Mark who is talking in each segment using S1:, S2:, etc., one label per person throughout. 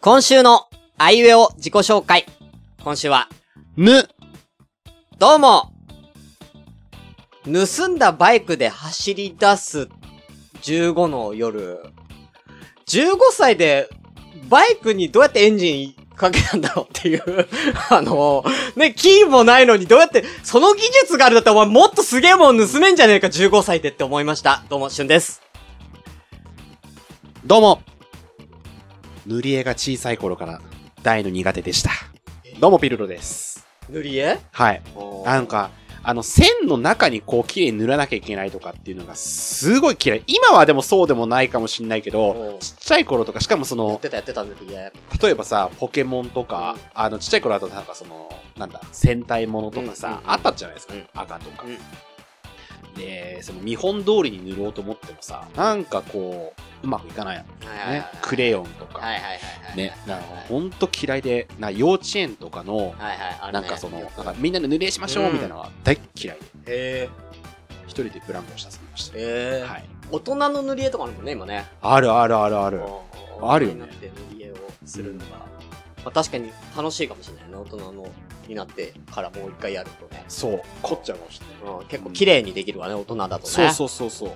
S1: 今週のあいうえお自己紹介。今週は、
S2: ぬ、
S1: どうも盗んだバイクで走り出す15の夜。15歳でバイクにどうやってエンジンかけたんだろうっていう。 あの、ね、キーもないのにどうやって、その技術があるだったらお前もっとすげえもん盗めんじゃねえか15歳でって思いました。どうも、しゅんです。
S2: どうも。塗り絵が小さい頃から大の苦手でした。どうも、ピルロです。
S1: 塗り絵
S2: はい。なんか、あの、線の中にこう、綺麗に塗らなきゃいけないとかっていうのが、すごい嫌い。今はでもそうでもないかもしんないけ
S1: お
S2: ど
S1: う、
S2: ちっちゃい頃とか、しかもそ
S1: やっ
S2: の、
S1: てたやってた塗り絵。
S2: 例えばさ、ポケモンとか、
S1: うん
S2: あの、ちっちゃい頃だとなんかその、なんだ、戦隊ものとか
S1: うん
S2: さ
S1: う、んうん
S2: あったじゃないですか
S1: うん。
S2: 赤とか
S1: うん。
S2: で、その、見本通りに塗ろうと思ってもさ、なんかこう、うまくいかないのね。クレヨンとか。
S1: はいはいはいはい。
S2: ね、
S1: はい
S2: なんかほんと嫌いで、な幼稚園とかの、
S1: はいはいあるね。
S2: なんかその、なんかみんなで濡れしましょうみたいなのが大っ嫌いで、
S1: へ
S2: 一人でブランコした遊びまし
S1: え。
S2: たよ。
S1: へえ。
S2: はい。
S1: 大人の塗り絵とかあるもんね、今ね。
S2: あるあるあるある。ある
S1: 大人
S2: よね
S1: になって塗り絵をするのが。まあ確かに楽しいかもしれないね。大人のになってからもう一回やるとね。
S2: そう、凝っちゃうかもしれない。
S1: うん、結構綺麗にできるわね、大人だとね。
S2: そうそうそうそう。
S1: う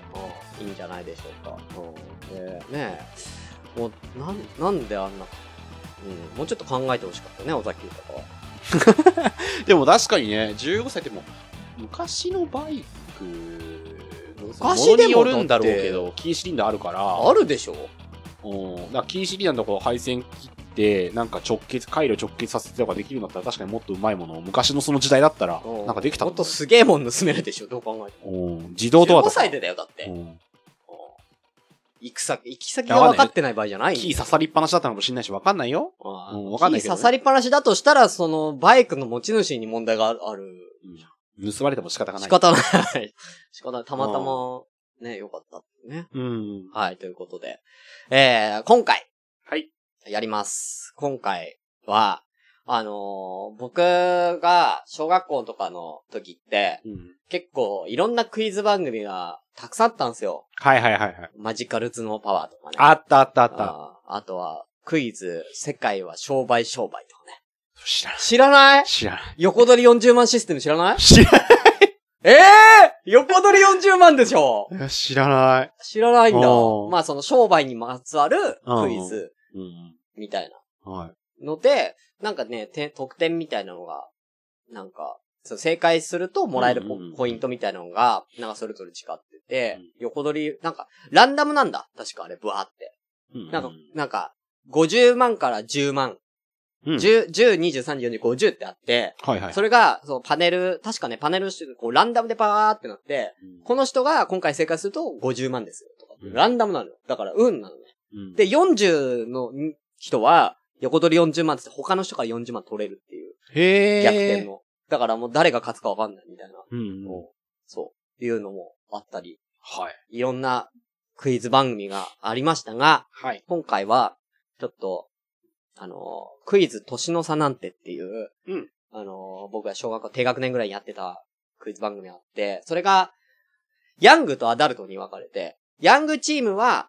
S1: ん。いいんじゃないでしょうか。
S2: うんね
S1: ねえ。もう、なん、なんであんな、うん、もうちょっと考えてほしかったね、尾崎豊は。
S2: でも確かにね、15歳ってもう、昔のバイク、
S1: 昔でも
S2: によるんだろうけ
S1: だ
S2: ど、禁止リンダーあるから、
S1: あるでしょ
S2: うん、だから禁止リンダーのところ配線切って、なんか直結、回路直結させてとかできるんだったら、確かにもっとうまいものを、昔のその時代だったら、
S1: う
S2: なんかできた
S1: もっと
S2: す
S1: すげえもん盗めるでしょ、どう考えても。
S2: うん自動ドア
S1: 15
S2: とか。
S1: 歳でだよ、だって。
S2: うん
S1: 行く先、行き先が分かってない場合じゃない
S2: キー刺さりっぱなしだったのかもしれないし、わかんないよ。
S1: あ
S2: うんわかんないけどね
S1: 刺さりっぱなしだとしたら、その、バイクの持ち主に問題があるある。
S2: 盗まれても仕方がない。
S1: 仕方ない。仕方ない。たまたま、ね、よかった。ね。
S2: うん。
S1: はい、ということで。えー、今回、
S2: はい。
S1: やります。今回は、あのー僕が、小学校とかの時って、
S2: うん
S1: 結構、いろんなクイズ番組が、たくさんあったんですよ。
S2: はいはいはいはい。
S1: マジカル頭脳パワーとかね。
S2: あったあったあった。
S1: あーあとは、クイズ、世界は商売商売とかね。
S2: 知らない。
S1: 知らない
S2: 知らない。
S1: 横取り40万システム知らない
S2: 知ら
S1: ええー、横取り40万でしょ
S2: ない。知らない。
S1: 知らないんだ
S2: お。ー
S1: まあその商売にまつわるクイズ
S2: うん。
S1: みたいな
S2: はい。
S1: ので、なんかね、て得点みたいなのが、なんか、そう正解するともらえるポ,、
S2: うんうんうん
S1: ポイントみたいなのが、なんかそれぞれ違ってて、
S2: うん
S1: 横取り、なんか、ランダムなんだ。確かあれ、ブワーって。
S2: うん
S1: なんか、なんか、50万から10万。
S2: うん
S1: 10、10、20、30、40、50ってあって、
S2: はいはい。
S1: それが、そう、パネル、確かね、パネル、こう、ランダムでパーってなって、
S2: うん
S1: この人が今回正解すると50万ですよ。とか
S2: うん
S1: ランダムなのよ。だから、運なのね。
S2: うん
S1: で、40のん人は、横取り40万っつって他の人から40万取れるっていう、
S2: へー
S1: 逆転の。だからもう誰が勝つかわかんないみたいな。
S2: うん。
S1: そう。いうのもあったり、
S2: はい。
S1: いろんなクイズ番組がありましたが、
S2: はい。
S1: 今回は、ちょっと、あのー、クイズ年の差なんてっていう、
S2: うん
S1: あのー、僕が小学校低学年ぐらいにやってたクイズ番組があって、それが、ヤングとアダルトに分かれて、ヤングチームは、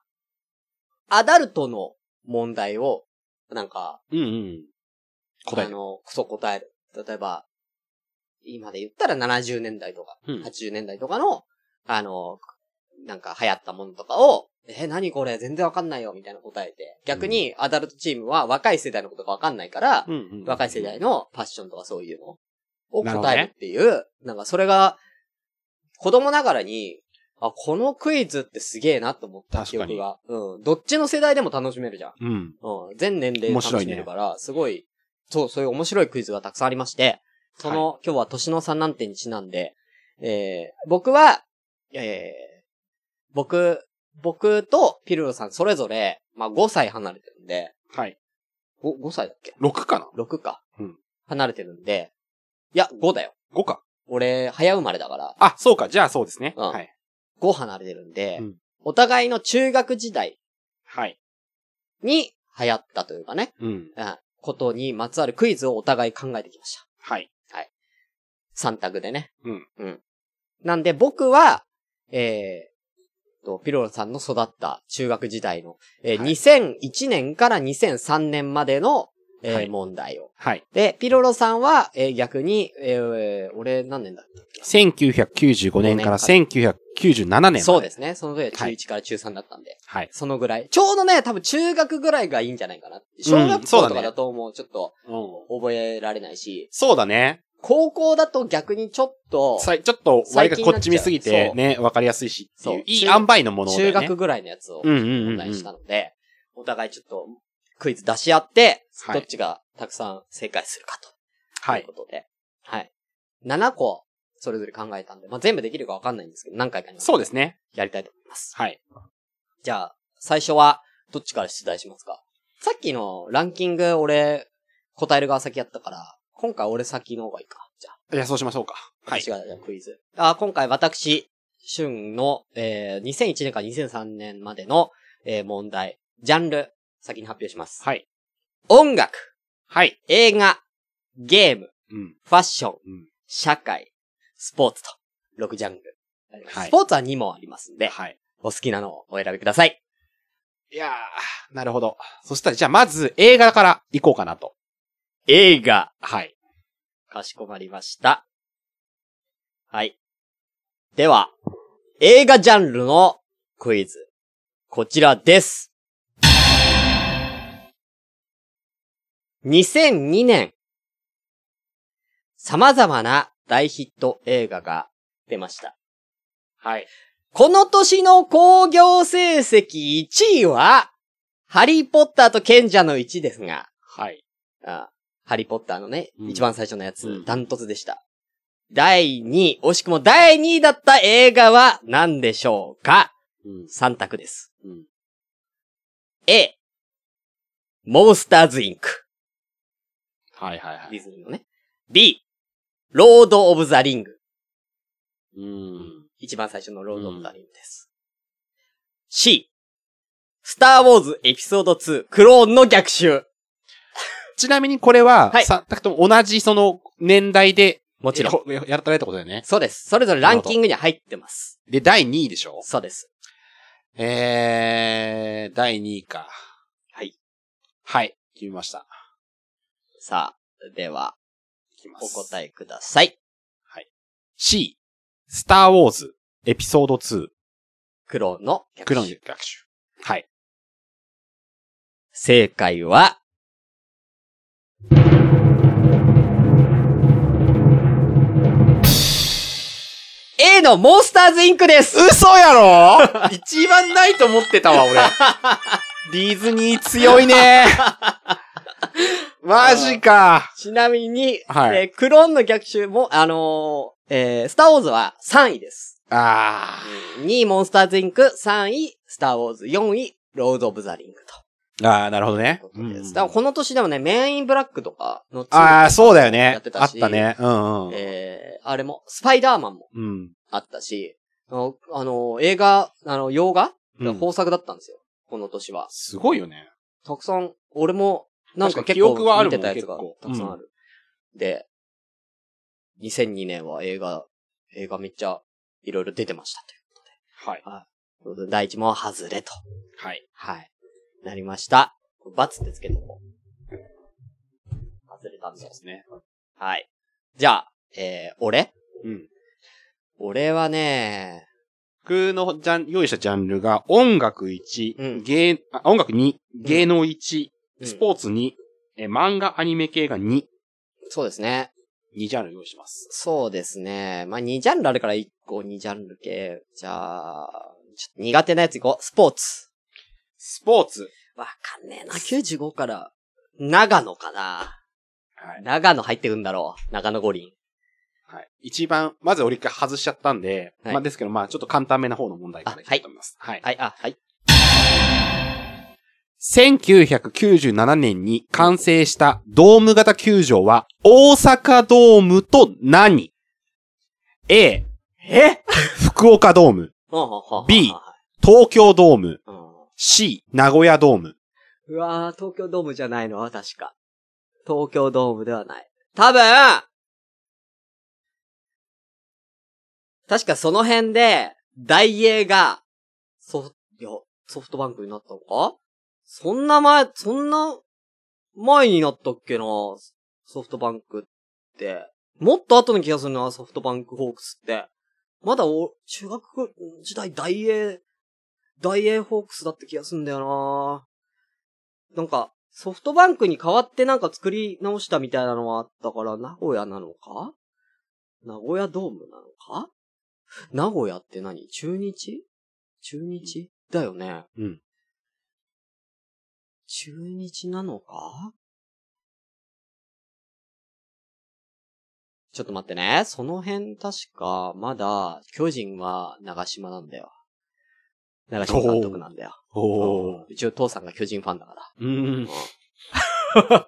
S1: アダルトの問題を、なんか、
S2: うんうん。答え
S1: あ
S2: て。
S1: の、クソ答える。例えば、今で言ったら70年代とか、
S2: うん
S1: 80年代とかの、あの、なんか流行ったものとかを、え、何これ全然わかんないよ、みたいな答えて。逆に、アダルトチームは若い世代のことがわかんないから、
S2: うんうん
S1: 若い世代のパッションとかそういうのを
S2: なるほど
S1: 答える
S2: ね
S1: っていう、なんかそれが、子供ながらに、あ、このクイズってすげえなと思った記憶が。うん。どっちの世代でも楽しめるじゃん。
S2: うん。
S1: うん、全年齢楽しめるから、すごい、そう、そういう面白いクイズがたくさんありまして、その、今日は年の差なんてにちなんで、えー、僕は、えー、僕、僕とピルロさんそれぞれ、まあ5歳離れてるんで、
S2: はい。
S1: 5, 5歳だっけ
S2: 6かな
S1: ?6 か。
S2: うん
S1: 離れてるんで、いや、5だよ。
S2: ?5 か。
S1: 俺、早生まれだから、
S2: あ、そうか。じゃあそうですね。
S1: うん
S2: はい。
S1: 5離れてるんで、
S2: うん
S1: お互いの中学時代
S2: はい。
S1: に流行ったというかね、
S2: うん。
S1: うん、ことにまつわるクイズをお互い考えてきました。
S2: はい。
S1: 三択でね。
S2: うん。
S1: うん。なんで僕は、えと、ピロロさんの育った中学時代の、えー
S2: はい
S1: 2001年から2003年までの、えー
S2: はい
S1: 問題を。
S2: はい。
S1: で、ピロロさんは、えー逆に、えー俺何年だっけ
S2: 1995年から1997年まで。
S1: そうですね。その時は中
S2: はい
S1: 1から中3だったんで。
S2: はい。
S1: そのぐらい。ちょうどね、多分中学ぐらいがいいんじゃないかな。小学
S2: そう
S1: 校
S2: だ
S1: と
S2: ね
S1: かだともうちょっと
S2: うん。
S1: 覚えられないし、
S2: そうだね。
S1: 高校だと逆にちょっと、
S2: さいちょっと、割がこっち見すぎ
S1: 最
S2: て
S1: 近に
S2: ね、わかりやすいしって
S1: そう
S2: いう、いい塩梅のものを、ね。
S1: 中学ぐらいのやつを
S2: うんうんうんうん
S1: 問題にしたので、お互いちょっとクイズ出し合って、
S2: はい
S1: どっちがたくさん正解するかと。
S2: はいいう
S1: ことで、はい。7個、それぞれ考えたんで、まあ、全部できるかわかんないんですけど、何回かに
S2: そうですね。
S1: やりたいと思います。
S2: はい。
S1: じゃあ、最初は、どっちから出題しますかさっきのランキング、俺、答える側先やったから、今回俺先の方がいいか。じゃあ、
S2: いや、そうしましょうか。はい
S1: 私。がじゃあクイズ。あ今回私、春の、えー、2001年から2003年までの、えー問題、ジャンル、先に発表します。
S2: はい。
S1: 音楽、
S2: はい。
S1: 映画、ゲーム、
S2: うん。
S1: ファッション、
S2: うん
S1: 社会、スポーツと、6ジャンルあります。
S2: はい
S1: スポーツは2問ありますんで、
S2: はい。
S1: お好きなのをお選びください。
S2: いやー、なるほど。そしたら、じゃあ、まず映画から行こうかなと。
S1: 映画。
S2: はい。
S1: かしこまりました。はい。では、映画ジャンルのクイズ。こちらです。2002年、様々な大ヒット映画が出ました。
S2: はい。
S1: この年の興行成績1位は、ハリーポッターと賢者の1ですが、
S2: はい。
S1: あハリーポッターのね、
S2: うん
S1: 一番最初のやつ、
S2: うん
S1: ダントツでした。第2位、惜しくも第2位だった映画は何でしょうか
S2: うん。
S1: ?3 択です。
S2: うん。
S1: A、モンスターズインク。
S2: はいはいは
S1: デ
S2: い。
S1: ィズニーのね。B、ロード・オブ・ザ・リング。
S2: うん。
S1: 一番最初のロード・オブ・ザ・リングです。C、スター・ウォーズ・エピソード2、クローンの逆襲。
S2: ちなみにこれは、
S1: はい
S2: さ、たくとも同じその年代で、
S1: もちろん。
S2: ん。ややられたことだよね。
S1: そうです。それぞれランキングに入ってます。
S2: で、第2位でしょ
S1: そうです。
S2: えー、第2位か。
S1: はい。
S2: はい。決めました。
S1: さあ、では、
S2: いきま
S1: お
S2: す。え。
S1: 答えください。
S2: C、スターウォーズ、エピソード2、
S1: 黒の逆襲
S2: クローン逆襲。はい。
S1: 正解は、A のモンスターズインクです
S2: 嘘やろ一番ないと思ってたわ、俺。 ディズニー強いね。マジか。
S1: ちなみに、
S2: はい
S1: えークローンの逆襲も、あのーえースターウォーズは3位です。
S2: あ
S1: 2位モンスターズインク、3位スターウォーズ、4位ロード・オブ・ザ・リング
S2: ー。あー、なるほどね
S1: と。いうことです。だからこの年でもね、メイン・イン・ブラックとかの次
S2: ああ、そうだよ
S1: や
S2: ね
S1: って。
S2: あ
S1: た
S2: っ
S1: し、
S2: たね。うんうん。
S1: えーあれも、スパイダーマンも
S2: うん。
S1: あったし、あの、あの映画、あの、洋画
S2: うん
S1: 豊作だったんですよ。この年は。
S2: すごいよね。
S1: たくさん、俺も、なんか
S2: 確かに
S1: 結
S2: 記憶は
S1: 構
S2: ある
S1: 見
S2: もん
S1: てたやつが
S2: 結構
S1: たくさんある。で、2002年は映画、映画めっちゃいろいろ出てました
S2: はい。
S1: ということで。第一問は外れと。
S2: はい。
S1: はい。なりました。バツってつけとこう。外れたん
S2: そう
S1: で
S2: ですね。
S1: はい。じゃあ、えー、俺
S2: うん。
S1: 俺はね、
S2: 僕のジャン、用意したジャンルが、音楽1、
S1: うん
S2: 芸、あ音楽2、芸能1、
S1: うん
S2: スポーツ2、え漫画アニメ系が2、
S1: そうですね。
S2: 2ジャンル用意します。
S1: そうですね。まあ、2ジャンルあるから1個2ジャンル系。じゃあ、ちょっと苦手なやついこう。スポーツ。
S2: スポーツ。
S1: わかんねえな。95から、長野かな。
S2: はい。
S1: 長野入ってくんだろう。長野五輪。
S2: はい。一番、まず俺一回外しちゃったんで、
S1: はい
S2: まあですけど、まあちょっと簡単めな方の問題からいきたいと思います。はい。
S1: はい、あ、はい。
S2: 1997年に完成したドーム型球場は大阪ドームと何 ?A、
S1: え
S2: 福岡ドーム、
S1: ほうほうほう
S2: B 東京ドーム、
S1: うん。
S2: C、名古屋ドーム。
S1: うわー、東京ドームじゃないのは確か。東京ドームではない。多分確かその辺で、大英が、ソフ、いや、ソフトバンクになったのかそんな前、そんな前になったっけなソフトバンクって。もっと後の気がするな、ソフトバンクホークスって。まだお、中学時代大英、大英ホークスだった気がするんだよななんか、ソフトバンクに代わってなんか作り直したみたいなのはあったから、名古屋なのか名古屋ドームなのか名古屋って何中日中日だよね。
S2: うん。
S1: 中日なのかちょっと待ってね。その辺確か、まだ、巨人は長島なんだよ。長島監督なんだよ。
S2: おー。
S1: うちの父さんが巨人ファンだから。
S2: うん。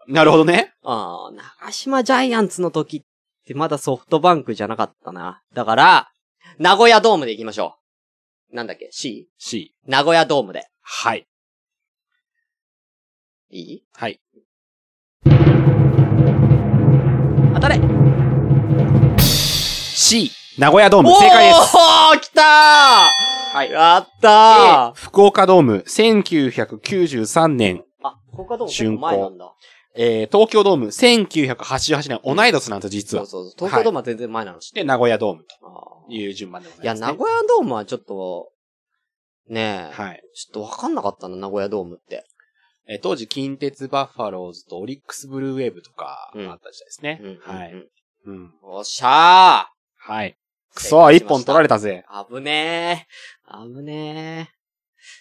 S2: なるほどね。
S1: ああ、長島ジャイアンツの時ってまだソフトバンクじゃなかったな。だから、名古屋ドームで行きましょう。なんだっけ ?C?
S2: C。
S1: 名古屋ドームで。
S2: はい。
S1: いい
S2: はい。
S1: 当たれ
S2: C。名古屋ドーム。
S1: おー
S2: 正解です。
S1: 来たーはい。やったー
S2: A、福岡ドーム、1993年。
S1: あ、ここかどうか
S2: 竣工
S1: 前なんだ。
S2: えー、東京ドーム、1988年。同い年なんです、実
S1: そう
S2: は。
S1: そうそう。東京ドームは全然前なの知って
S2: で、名古屋ドームと
S1: る。あー
S2: いう順番でござ
S1: い
S2: い
S1: や、
S2: ます、ね。
S1: 名古屋ドームはちょっと、ねえ、
S2: はい。
S1: ちょっとわかんなかったな、名古屋ドームって。
S2: えー当時、近鉄バッファローズとオリックスブルーウェーブとか、あ
S1: うん
S2: った時代ですね。
S1: うんうんうん
S2: はい。。うん。
S1: おっしゃ
S2: はい。く
S1: 正
S2: そ、
S1: 解し
S2: 一
S1: ました
S2: 本取られたぜ。
S1: ー危ねえ。危ねえ。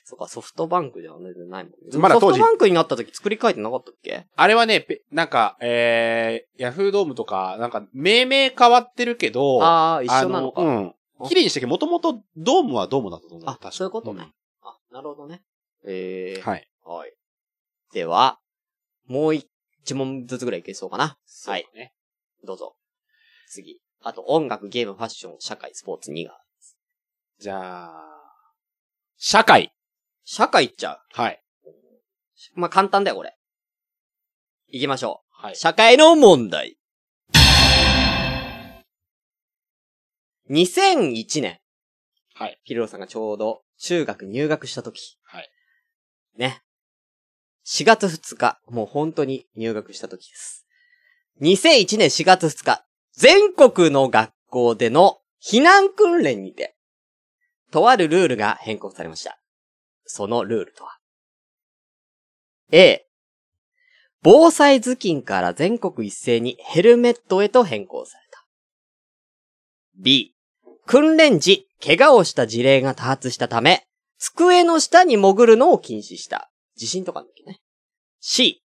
S1: そっか、ソフトバンクじゃ全然ないもんね。
S2: まだ当
S1: ソフ
S2: 時
S1: トバンクになった時作り変えてなかったっけ
S2: あれはね、ペなんか、えー、ヤフードームとか、なんか、命名変わってるけど、
S1: ああ、一緒なのか。
S2: あうん。綺麗にしたけど、もともとドームはドームだったと思う。
S1: あ
S2: 確か
S1: そういうことね。あ、なるほどね。え
S2: う
S1: え
S2: んはい。
S1: はい。では、もう一問ずつぐらいいけそうかな。はい。
S2: そうね。
S1: どうぞ。次。あと、音楽、ゲーム、ファッション、社会、スポーツ、2が。
S2: じゃあ、社会。
S1: 社会いっちゃう。
S2: はい。
S1: まあ、簡単だよ、これ。行きましょ
S2: は
S1: う。社会の問題。2001年、
S2: はい。
S1: ピルロさんがちょうど中学入学した時。
S2: はい。
S1: ね。4月2日、もう本当に入学した時です。2001年4月2日、全国の学校での避難訓練にて、とあるルールが変更されました。そのルールとは ?A、防災頭巾から全国一斉にヘルメットへと変更された。B、訓練時、怪我をした事例が多発したため、机の下に潜るのを禁止した。地震とかの時ね。C、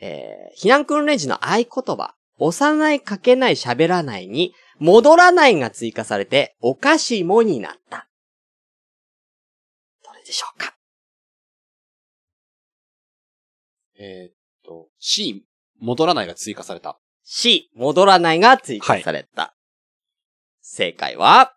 S1: えー避難訓練時の合言葉、幼い書けない喋らないに、戻らないが追加されて、おかしもになった。どれでしょうか
S2: えーっと、C、戻らないが追加された。
S1: C、戻らないが追加された。正解は、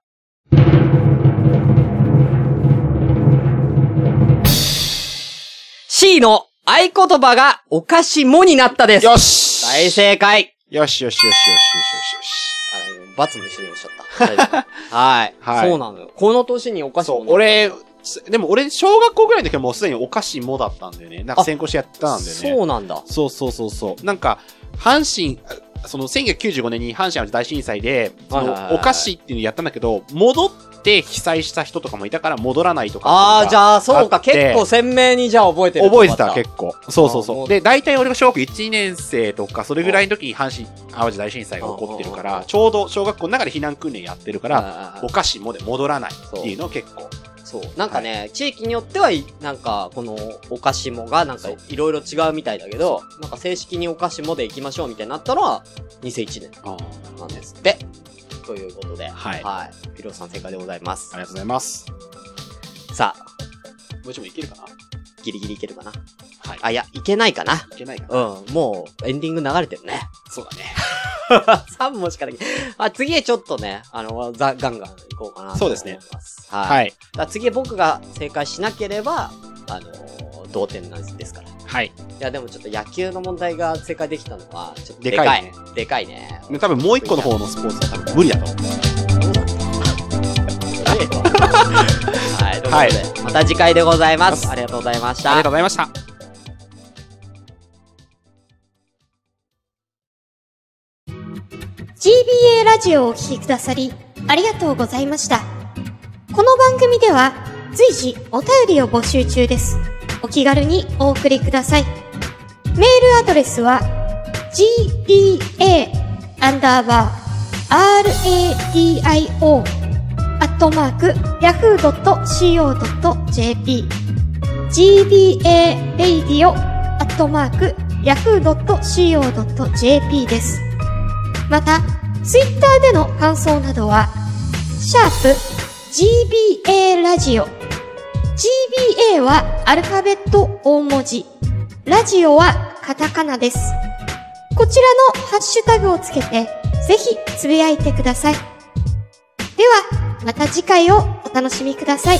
S1: C の合言葉がお菓子もになったです。
S2: よし
S1: 大正解。
S2: よしよしよしよしよしよし。
S1: あ、罰も一緒におっしゃった。 はい。
S2: はい
S1: そうなのよ。この年にお菓子
S2: そう
S1: も、
S2: 俺、すでも俺、小学校ぐらいの時はもうすでにお菓子もだったんだよね。なんか先行してやってたんだよね。
S1: そうなんだ。
S2: そうそうそうそう。なんか、阪神、あその1995年に阪神淡路大震災で、そ
S1: はいはいはい
S2: のお菓子っていうのやったんだけど、戻って被災した人とかもいたから戻らないとか。
S1: ああ、じ
S2: あ。
S1: ゃあ、そうか。
S2: だって
S1: 結構鮮明にじゃあ覚えてる。
S2: 覚えてた、結構。そうそう
S1: あーも
S2: そうう。で、大体俺が小学1年生とか、それぐらいの時に阪神淡路大震災が起こってるか
S1: あーあーあ
S2: ら
S1: ー、
S2: ちょうど小学校の中で避難訓練やってるから、
S1: ら
S2: お菓子もで戻らないっていうのを結構。
S1: そう。なんかね、地域によってはい、なんか、この、お菓子もが、なんか
S2: そう、
S1: いろいろ違うみたいだけど、なんか正式にお菓子もで行きましょうみたいになったのは、2001年
S2: あー
S1: なんですって。ということで、
S2: はい
S1: はい。ピロさん正解でございます
S2: ありが。とうございます。
S1: さあ、
S2: もう一問いけるかなは
S1: ギリギリいけるかな。
S2: い。
S1: あ、いや、いけないかな。
S2: いけないかな
S1: うん、もう、エンディング流れてるね。
S2: そうだね。
S1: 3問しかできない。あ、次へちょっとね、あの、ざガンガン行こうかなと
S2: そう
S1: 思
S2: で
S1: います。
S2: すね
S1: はい。
S2: はい。
S1: だから次僕が正解しなければ、あの同点なんですから。
S2: はい。
S1: いや、でもちょっと野球の問題が正解できたのは、ちょっとで
S2: で
S1: か
S2: か
S1: い。
S2: い
S1: で
S2: ね
S1: かいね。でかい ね。
S2: ね多分もう一個の方のスポーツは多分無理だと思う。
S1: はい、どういうことで、また次回でございます。
S2: あ
S1: ありがとうございまし
S2: あり
S1: た
S2: がとう。ございました。
S3: GBA ラジオをお聴きくださり、ありがとうございました。この番組では、随時お便りを募集中です。お気軽にお送りください。メールアドレスは、gba, アンダーバー、radio, アットマーク、yahoo.co.jp gba, radio, アットマーク、yahoo.co.jp です。また、ツイッターでの感想などは、シャープ GBA ラジオ。GBA はアルファベット大文字。ラジオはカタカナです。こちらのハッシュタグをつけて、ぜひつぶやいてください。では、また次回をお楽しみください。